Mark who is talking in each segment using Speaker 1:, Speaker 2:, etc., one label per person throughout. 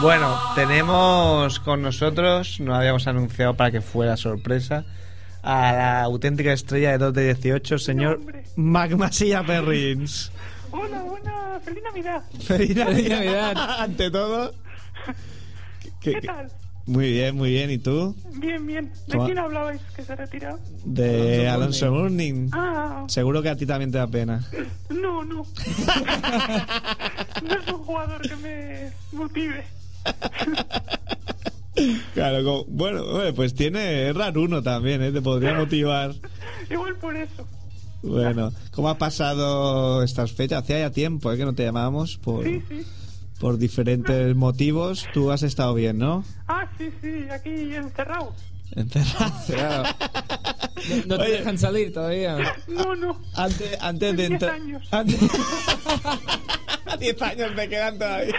Speaker 1: Bueno, tenemos con nosotros, no habíamos anunciado para que fuera sorpresa, a la auténtica estrella de 2 de 18, señor
Speaker 2: hombre.
Speaker 1: Magmasilla Perrins.
Speaker 2: Hola, hola, feliz Navidad.
Speaker 1: Feliz
Speaker 3: Feliz Navidad.
Speaker 1: Ante todo.
Speaker 2: ¿Qué,
Speaker 1: Que- que-
Speaker 2: tal?
Speaker 1: Muy bien, muy bien. ¿Y tú?
Speaker 2: Bien, bien. ¿De
Speaker 1: Toma.
Speaker 2: quién hablabais que se retira?
Speaker 1: De
Speaker 3: Alonso
Speaker 1: Alonso Burning.
Speaker 2: Ah,
Speaker 1: Seguro que a ti también te da pena.
Speaker 2: no, no. no es un jugador que me motive.
Speaker 1: Claro, como- bueno, bueno, pues tiene es raruno también, ¿eh? te podría motivar.
Speaker 2: Igual por eso.
Speaker 1: Bueno, ¿cómo ha pasado estas fechas? Hacía ya tiempo ¿eh? que no te llamábamos por,
Speaker 2: Sí, sí.
Speaker 1: por diferentes motivos. Tú has estado bien, ¿no?
Speaker 2: Ah, sí, sí, aquí encerrado.
Speaker 1: Encerrado.
Speaker 3: No te
Speaker 1: Oye.
Speaker 3: dejan salir todavía.
Speaker 2: No, no.
Speaker 1: Antes, antes de
Speaker 2: Diez
Speaker 1: entrar.
Speaker 2: años.
Speaker 1: Antes... Diez años me quedan todavía.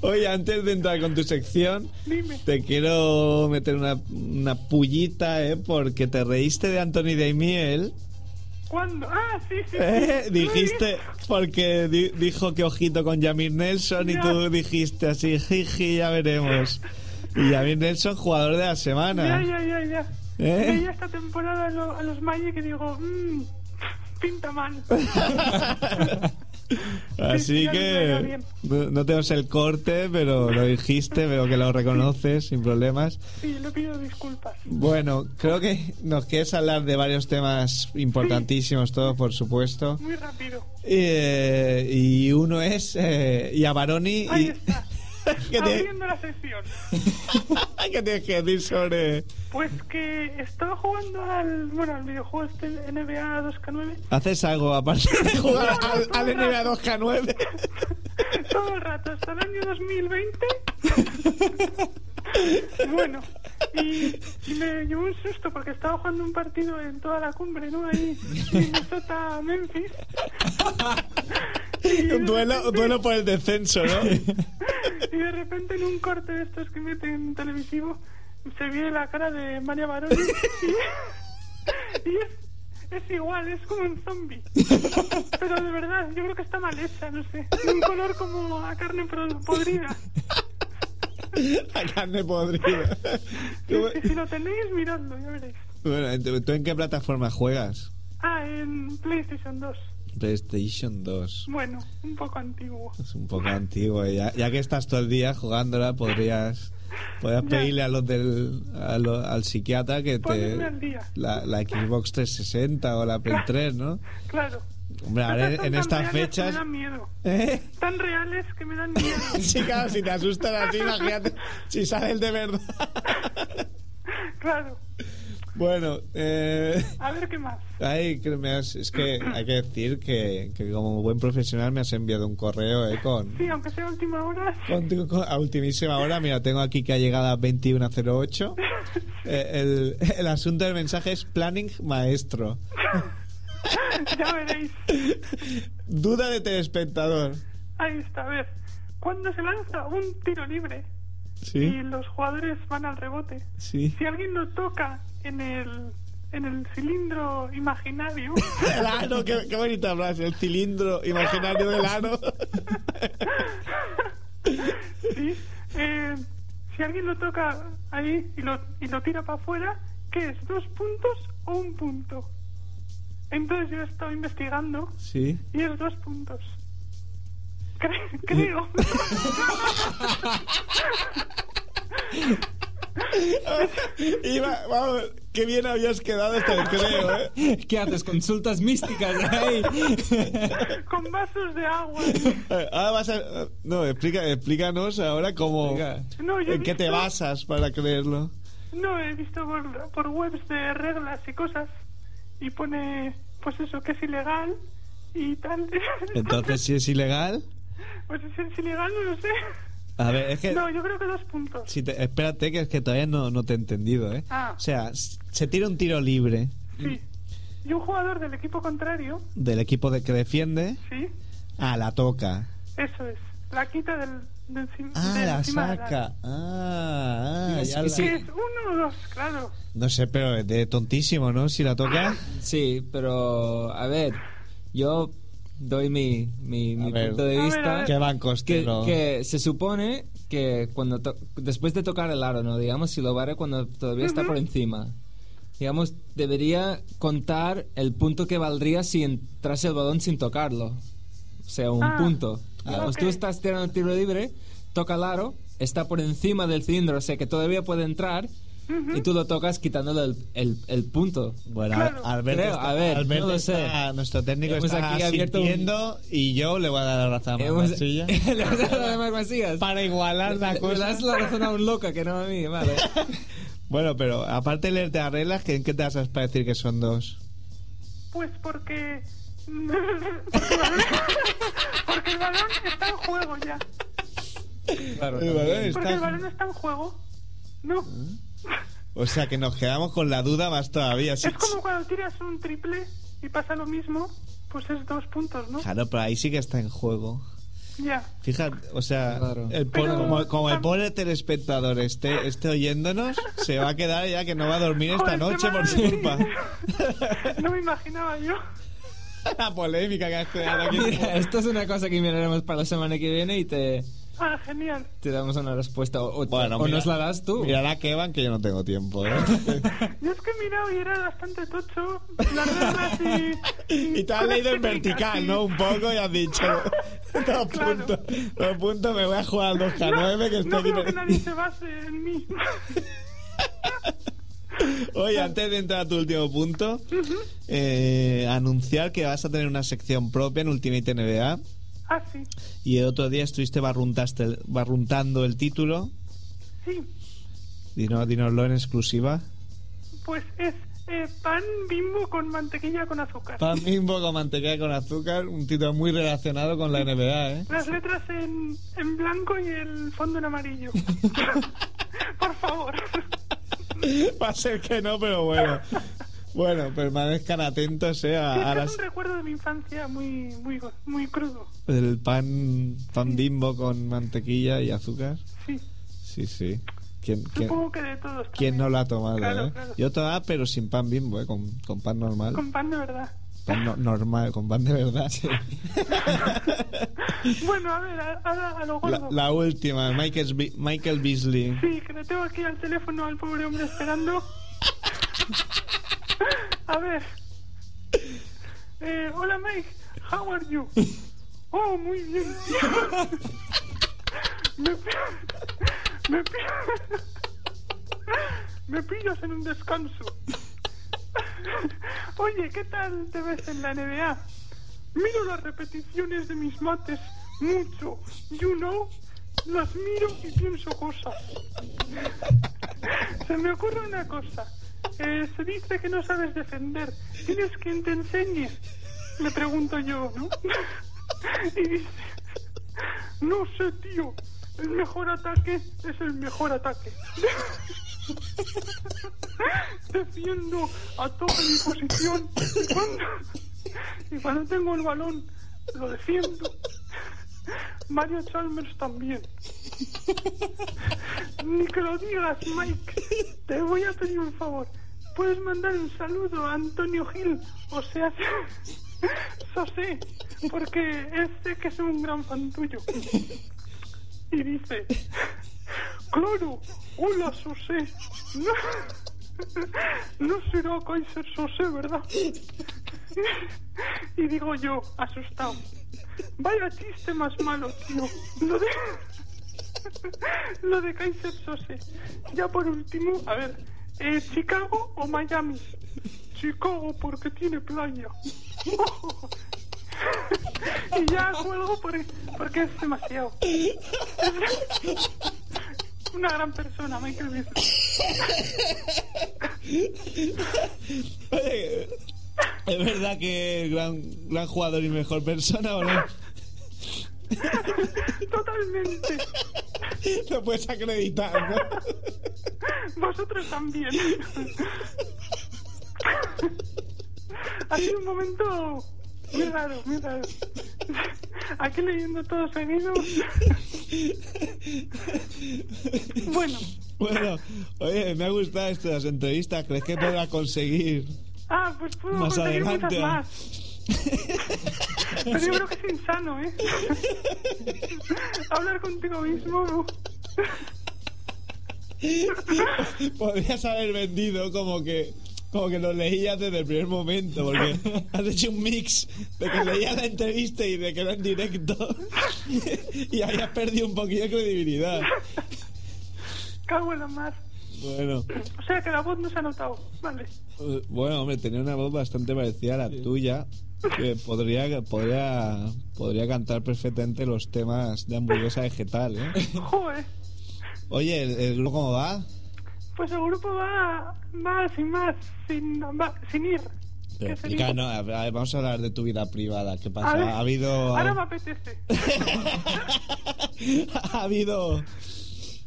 Speaker 1: Oye, antes de entrar con tu sección,
Speaker 2: Dime.
Speaker 1: te quiero meter una, una pullita, ¿eh? Porque te reíste de Anthony Daimiel.
Speaker 2: ¿Cuándo? Ah, sí, sí. sí.
Speaker 1: ¿eh?
Speaker 2: Muy
Speaker 1: Dijiste, porque di- dijo que ojito con Yamir Nelson y
Speaker 2: Ya.
Speaker 1: tú dijiste así, jiji, ya veremos. Y Yamir Nelson, jugador de la semana.
Speaker 2: bien. Ya, ya, ya, ya.
Speaker 1: ¿Eh?
Speaker 2: Veía esta temporada a, lo- a los Magic y digo, mmm, pinta mal. Sí,
Speaker 1: Así
Speaker 2: sí, ya me
Speaker 1: que
Speaker 2: suena
Speaker 1: no no tenemos el corte, pero lo dijiste, veo que lo reconoces sin problemas.
Speaker 2: Sí, le pido disculpas.
Speaker 1: Bueno, creo que nos quieres hablar de varios temas importantísimos, todos por supuesto.
Speaker 2: Muy rápido.
Speaker 1: Eh, y uno es eh, y a Baroni
Speaker 2: Ahí
Speaker 1: y-
Speaker 2: está.
Speaker 1: ¿Qué, te-
Speaker 2: Abriendo la sección.
Speaker 1: qué tienes que decir sobre
Speaker 2: Pues que estaba jugando al, bueno, al videojuego este NBA 2K9
Speaker 1: haces algo aparte de jugar al, al NBA 2K9?
Speaker 2: todo el rato, hasta el año 2020. Bueno, y, y me llevó un susto porque estaba jugando un partido en toda la cumbre, ¿no? Ahí, Minnesota-Memphis. Y de
Speaker 1: Un duelo,
Speaker 2: repente-
Speaker 1: duelo por el descenso, ¿no?
Speaker 2: Y de repente en un corte de estos que meten televisivo se ve la cara de María Baroni y, y es, es igual, es como un zombie. Pero de verdad, yo creo que está mal hecha, no sé. Un color como a carne pro- podrida.
Speaker 1: La carne podrida.
Speaker 2: Y si, si lo tenéis, miradlo, ya veréis.
Speaker 1: Bueno, ¿tú tú en qué plataforma juegas?
Speaker 2: Ah, en PlayStation 2.
Speaker 1: PlayStation 2.
Speaker 2: Bueno, un poco antiguo.
Speaker 1: Es un poco antiguo. ¿eh? Ya, ya que estás todo el día jugándola, podrías, podrías
Speaker 2: Ya.
Speaker 1: pedirle a los del, a lo- al psiquiatra que
Speaker 2: Ponerme
Speaker 1: te...
Speaker 2: al día.
Speaker 1: La, la Xbox 360 o la Play 3, ¿no?
Speaker 2: Claro.
Speaker 1: Hombre, ahora
Speaker 2: Cosas
Speaker 1: en,
Speaker 2: tan-
Speaker 1: en
Speaker 2: tan
Speaker 1: estas
Speaker 2: reales que
Speaker 1: fechas...
Speaker 2: Me dan miedo.
Speaker 1: ¿Eh?
Speaker 2: Tan reales que me dan miedo.
Speaker 1: Sí, claro, si te asustan así, imagínate si sale el de verdad.
Speaker 2: Claro.
Speaker 1: Bueno, eh...
Speaker 2: A ver qué más.
Speaker 1: Ay, que me has- es que hay que decir que, que como buen profesional me has enviado un correo eh, con,
Speaker 2: Sí, aunque sea última hora.
Speaker 1: con tu- con- a ultimísima hora. Mira, tengo aquí que ha llegado a 21.08. Eh, el, el asunto del mensaje es planning maestro.
Speaker 2: Ya veréis.
Speaker 1: Duda de telespectador.
Speaker 2: Ahí está, a ver. Cuando se lanza un tiro libre
Speaker 1: Sí,
Speaker 2: y los jugadores van al rebote,
Speaker 1: sí.
Speaker 2: si alguien lo toca en el, en el cilindro imaginario,
Speaker 1: El ano, qué, qué bonita frase. El cilindro imaginario del ano.
Speaker 2: ¿sí? Eh, si alguien lo toca ahí y lo, y lo tira para afuera, ¿qué es? ¿Dos puntos o un punto? Entonces yo estoy investigando
Speaker 1: Sí.
Speaker 2: y es dos puntos. Cre- creo.
Speaker 1: Iba, vamos, qué bien habías quedado este creo, ¿eh?
Speaker 3: ¿Qué haces? Consultas místicas ahí.
Speaker 2: con vasos de agua.
Speaker 1: Eh, Ahora vas a... No, explica, explícanos ahora cómo...
Speaker 3: Venga.
Speaker 2: No, yo he
Speaker 1: ¿En qué te
Speaker 2: visto-
Speaker 1: basas para creerlo?
Speaker 2: No, he visto por, por webs de reglas y cosas y pone, pues eso, que es ilegal y tal.
Speaker 1: Entonces, si es ilegal...
Speaker 2: Pues si es ilegal, no lo sé.
Speaker 1: A ver, es que.
Speaker 2: No, yo creo que dos puntos.
Speaker 1: Si te- espérate, que es que todavía no, no te he entendido, ¿eh?
Speaker 2: Ah.
Speaker 1: O sea, s- se tira un tiro libre
Speaker 2: Sí. Y un jugador del equipo contrario,
Speaker 1: del equipo de que defiende
Speaker 2: sí,
Speaker 1: a la toca.
Speaker 2: eso es. La quita del, del encim-
Speaker 1: Ah,
Speaker 2: de
Speaker 1: la
Speaker 2: encima del área.
Speaker 1: saca. Ah,
Speaker 3: Y
Speaker 1: ya
Speaker 3: es-
Speaker 1: la-
Speaker 3: sí.
Speaker 2: Que es uno o dos, claro.
Speaker 1: No sé, pero es de tontísimo, ¿no? Si la toca.
Speaker 2: Ah.
Speaker 3: Sí, pero a ver, yo doy mi, mi,
Speaker 1: A
Speaker 3: mi
Speaker 1: ver.
Speaker 3: punto de
Speaker 2: A ver,
Speaker 3: vista.
Speaker 2: a ver.
Speaker 1: ¿Qué bancos,
Speaker 3: que,
Speaker 1: tío?
Speaker 3: que se supone que cuando to- después de tocar el aro, no digamos si lo barre cuando todavía está por encima, digamos debería contar el punto que valdría si entrase el balón sin tocarlo, o sea un
Speaker 2: Ah,
Speaker 3: punto.
Speaker 2: ah,
Speaker 3: Digamos,
Speaker 2: ok.
Speaker 3: tú estás tirando el tiro libre, toca el aro, está por encima del cilindro, o sea que todavía puede entrar y tú lo tocas quitándole el, el- el punto.
Speaker 1: Bueno,
Speaker 2: Claro.
Speaker 1: Alberto,
Speaker 3: Creo,
Speaker 1: está-
Speaker 3: a ver,
Speaker 1: Alberto
Speaker 3: no lo
Speaker 1: está-
Speaker 3: sé.
Speaker 1: nuestro técnico
Speaker 3: Hemos
Speaker 1: está
Speaker 3: aquí abierto un-
Speaker 1: sintiendo y yo le voy a dar la razón a
Speaker 3: Hemos-
Speaker 1: Masilla.
Speaker 3: Le vas a dar a Marc Macías.
Speaker 1: Para igualar la
Speaker 3: Le- le
Speaker 1: cosa.
Speaker 3: das la razón a un loca que no a mí, vale.
Speaker 1: Bueno, pero aparte de leerte las reglas, ¿en qué te vas para decir que son dos?
Speaker 2: Pues porque. porque el balón- porque el balón está en juego ya.
Speaker 3: Claro,
Speaker 1: El balón
Speaker 3: también.
Speaker 2: Porque el
Speaker 1: está- Ah,
Speaker 2: balón está en juego. No.
Speaker 1: O sea que nos quedamos con la duda más todavía. Sí,
Speaker 2: Es como cuando tiras un triple y pasa lo mismo, pues es dos puntos, ¿no?
Speaker 1: Claro, pero ahí sí que está en juego.
Speaker 2: Ya.
Speaker 1: Fíjate, o sea,
Speaker 3: Claro.
Speaker 1: el pobre-
Speaker 2: Pero-
Speaker 1: como, como el pobre telespectador esté, esté oyéndonos, se va a quedar ya que no va a dormir esta
Speaker 2: Joder,
Speaker 1: noche
Speaker 2: qué
Speaker 1: por
Speaker 2: malo
Speaker 1: su
Speaker 2: de
Speaker 1: culpa.
Speaker 2: ti. No me imaginaba yo.
Speaker 1: la polémica que has creado aquí.
Speaker 3: Mira, esto es una cosa que miraremos para la semana que viene y te,
Speaker 2: Ah, genial.
Speaker 3: te damos una respuesta. O, o-
Speaker 1: Bueno,
Speaker 3: o
Speaker 1: mira-
Speaker 3: nos la das tú.
Speaker 1: Mira la que van, que yo no tengo tiempo. ¿eh?
Speaker 2: Yo es que he mirado y era bastante tocho. Las reglas y.
Speaker 1: y te has
Speaker 2: con este las
Speaker 1: leído en
Speaker 2: técnicas,
Speaker 1: vertical,
Speaker 2: sí.
Speaker 1: ¿no? Un poco y has dicho. Dos
Speaker 2: Claro.
Speaker 1: puntos. Dos puntos, me voy a jugar al 2K9 que estoy
Speaker 2: No
Speaker 1: aquí.
Speaker 2: creo que nadie se base en mí.
Speaker 1: Oye, antes de entrar a tu último punto, eh, anunciar que vas a tener una sección propia en Ultimate NBA.
Speaker 2: Ah, sí.
Speaker 1: Y el otro día estuviste barruntaste el- barruntando el título.
Speaker 2: Sí.
Speaker 1: Dino- Dinoslo en exclusiva.
Speaker 2: Pues es eh, pan bimbo con mantequilla con azúcar.
Speaker 1: Pan bimbo con mantequilla con azúcar, un título muy relacionado con la NBA, ¿eh?
Speaker 2: Las letras en, en blanco y el fondo en amarillo. Por favor.
Speaker 1: Ah, Va a ser que no, pero bueno. Bueno, permanezcan atentos eh,
Speaker 2: Sí, es
Speaker 1: a, a
Speaker 2: que
Speaker 1: las,
Speaker 2: es un recuerdo de mi infancia muy, muy, go- muy crudo.
Speaker 1: el pan, pan bimbo con mantequilla y azúcar.
Speaker 2: Sí.
Speaker 1: Sí, sí. ¿Quién, quién,
Speaker 2: Supongo que de todos.
Speaker 1: quién
Speaker 2: también.
Speaker 1: no lo ha tomado?
Speaker 2: Claro,
Speaker 1: eh?
Speaker 2: claro.
Speaker 1: Yo tomaba, pero sin pan bimbo, eh, con, con pan normal.
Speaker 2: Con pan de verdad.
Speaker 1: Pan no- normal, con pan de verdad.
Speaker 2: Bueno, a ver, a- ahora a, lo
Speaker 1: La,
Speaker 2: gordo.
Speaker 1: la última, Michael, Bi- Michael Beasley.
Speaker 2: Sí, que le tengo aquí al teléfono al pobre hombre esperando. A ver. Eh, hola Mike, how are you? Oh, muy bien. Me, pi- me, pi- me pillas en un descanso. Oye, ¿qué tal te ves en la NBA? Miro las repeticiones de mis mates mucho. You know, las miro y pienso cosas. Se me ocurre una cosa. Eh, se dice que no sabes defender. Tienes quien te enseñe. Le pregunto yo, ¿no? Y dice, no sé, tío. El mejor ataque es el mejor ataque. Defiendo a toda mi posición. Y cuando, y cuando tengo el balón, lo defiendo. Mario Chalmers también. Ni que lo digas, Mike. Te voy a pedir un favor. ¿Puedes mandar un saludo a Antonio Gil? O sea, Sosé, porque este que es un gran fan tuyo. Y dice, claro, hola Sosé. No, no será Kaiser Sosé, ¿verdad? Y digo yo, asustado, vaya chiste más malo, tío. Lo de... Lo de Kaiser Sose. Ya por último, a ver, eh, ¿Chicago o Miami? Chicago porque tiene playa. y ya cuelgo por- e-, porque es demasiado. Una gran persona, Michael Beasley.
Speaker 1: Oye, ¿Es verdad que es gran, gran jugador y mejor persona o no?
Speaker 2: Totalmente.
Speaker 1: Lo puedes acreditar, ¿no?
Speaker 2: Vosotros también. ha sido un momento muy raro, muy raro. Aquí leyendo todo seguido. bueno,
Speaker 1: Bueno, oye, me ha gustado estas entrevistas. ¿Crees que pueda conseguir?
Speaker 2: ah, pues puedo
Speaker 1: Más
Speaker 2: conseguir
Speaker 1: adelante.
Speaker 2: muchas más. Pero yo creo que es insano, ¿eh? Hablar contigo mismo.
Speaker 1: Podrías haber vendido como que como que lo leías desde el primer momento, porque has hecho un mix de que leías la entrevista y de que era en directo y habías perdido un poquillo de credibilidad.
Speaker 2: Cago en la mar.
Speaker 1: Bueno,
Speaker 2: O sea que la voz no se ha notado. Vale.
Speaker 1: eh, bueno, hombre, tenía una voz bastante parecida a la tuya. Que podría, podría, podría cantar perfectamente los temas de hamburguesa vegetal, ¿eh?
Speaker 2: Joder.
Speaker 1: Oye, ¿el, el grupo cómo va?
Speaker 2: Pues el grupo va, va sin más, sin, va- sin ir.
Speaker 1: Pero
Speaker 2: Que
Speaker 1: explica,
Speaker 2: seguimos.
Speaker 1: no, a ver, vamos a hablar de tu vida privada. ¿Qué
Speaker 2: A ver,
Speaker 1: pasa? ¿Ha habido,
Speaker 2: Ahora me
Speaker 1: ha,
Speaker 2: apetece.
Speaker 1: habido.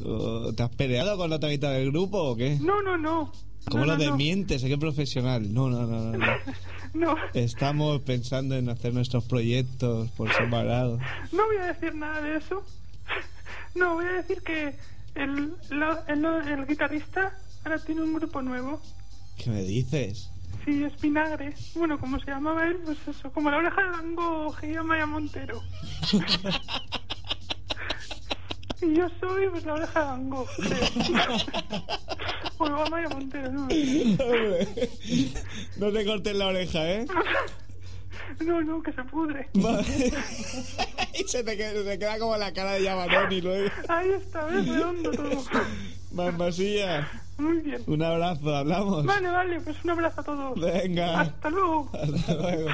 Speaker 1: uh, ¿Te has peleado con la otra mitad del grupo o qué?
Speaker 2: No, no, no.
Speaker 1: ¿Cómo lo
Speaker 2: No, no, no.
Speaker 1: desmientes? ¿eh? ¿Qué profesional? No, no, no, no, no.
Speaker 2: No,
Speaker 1: Estamos pensando en hacer nuestros proyectos por separado.
Speaker 2: no voy a decir nada de eso. No, voy a decir que el, la- el, el guitarrista ahora tiene un grupo nuevo.
Speaker 1: ¿Qué me dices?
Speaker 2: Sí, es Vinagre. Bueno, como se llamaba él, pues eso, como la oreja de Van Gogh y yo Maya Montero. y yo soy, pues, la oreja de Van Gogh, creo. o igual Maya Montero, no.
Speaker 1: Hombre, no te cortes la oreja, ¿eh?
Speaker 2: No, no, que se pudre.
Speaker 1: Vale. y se te queda, se queda como la cara de Yamanón y luego.
Speaker 2: Ahí está, ¿ves? Redondo todo.
Speaker 1: Mamasilla,
Speaker 2: Muy bien.
Speaker 1: un abrazo, hablamos.
Speaker 2: Vale, vale, pues un abrazo a todos.
Speaker 1: Venga.
Speaker 2: Hasta luego.
Speaker 1: Hasta luego.